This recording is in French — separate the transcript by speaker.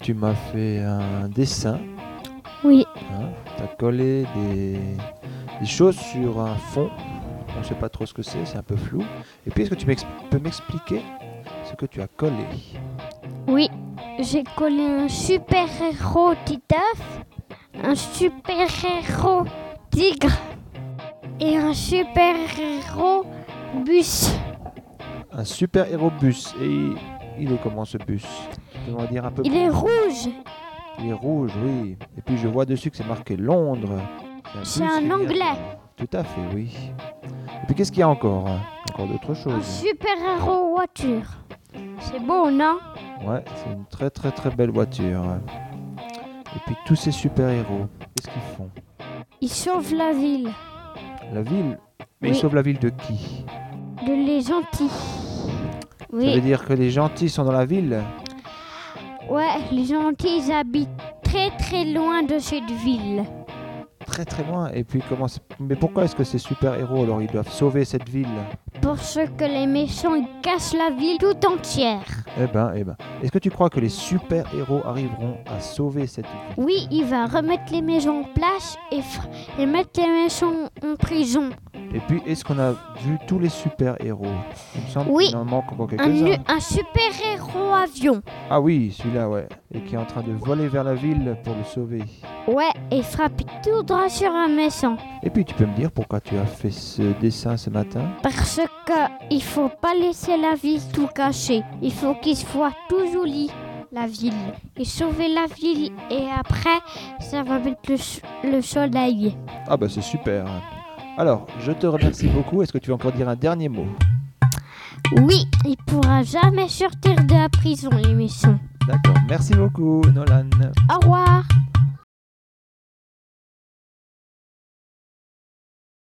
Speaker 1: tu m'as fait un dessin.
Speaker 2: Oui,
Speaker 1: Hein, T'as collé des, des choses sur un fond. On ne sait pas trop ce que c'est, c'est un peu flou. Et puis, est-ce que tu m'ex- peux m'expliquer ce que tu as collé
Speaker 2: oui. J'ai collé un super héros titaf, un super héros tigre et un super héros bus.
Speaker 1: Un super héros bus. Et il, il est comment ce bus On va dire un peu.
Speaker 2: Il est rouge.
Speaker 1: Il est rouge, oui. Et puis, je vois dessus que c'est marqué Londres.
Speaker 2: C'est
Speaker 1: bus
Speaker 2: un
Speaker 1: qui vient-
Speaker 2: Anglais.
Speaker 1: Tout à fait, oui. Et puis, qu'est-ce qu'il y a encore Encore d'autres
Speaker 2: Un
Speaker 1: choses.
Speaker 2: super héros voiture. C'est beau, non
Speaker 1: Ouais, c'est une très très très belle voiture. Et puis tous ces super-héros, qu'est-ce qu'ils font
Speaker 2: Il sauve la ville
Speaker 1: La ville Mais ils
Speaker 2: Oui.
Speaker 1: sauvent la ville de qui
Speaker 2: de les gentils.
Speaker 1: Ça
Speaker 2: Oui,
Speaker 1: veut dire que les gentils sont dans la ville
Speaker 2: ouais, les gentils ils habitent très très loin de cette ville.
Speaker 1: Très très loin. Et puis comment c'est- Mais pourquoi est-ce que ces super-héros alors ils doivent sauver cette ville
Speaker 2: Parce que les méchants ils cassent la ville tout entière.
Speaker 1: Eh ben, eh ben. Est-ce que tu crois que les super-héros arriveront à sauver cette ville
Speaker 2: Oui, il va remettre les maisons en place et, f- et mettre les méchants en prison.
Speaker 1: Et puis est-ce qu'on a vu tous les super-héros Il me semble
Speaker 2: Oui.
Speaker 1: qu'il en manque encore
Speaker 2: Un,
Speaker 1: quelques-uns.
Speaker 2: nu- un super héros avion.
Speaker 1: Ah oui, celui-là, ouais. Et qui est en train de voler vers la ville pour le sauver.
Speaker 2: Ouais, et frappe tout droit sur un méchant.
Speaker 1: Et puis tu peux me dire pourquoi tu as fait ce dessin ce matin
Speaker 2: Parce que il faut pas laisser la ville tout cachée. Il faut qu'il soit tout joli, la ville. Et sauver la ville et après, ça va mettre le, s- le soleil.
Speaker 1: Ah bah c'est super. Alors, je te remercie beaucoup. Est-ce que tu veux encore dire un dernier mot
Speaker 2: Oui, il pourra jamais sortir de la prison, les méchants.
Speaker 1: D'accord, merci beaucoup Nolan.
Speaker 2: Au revoir.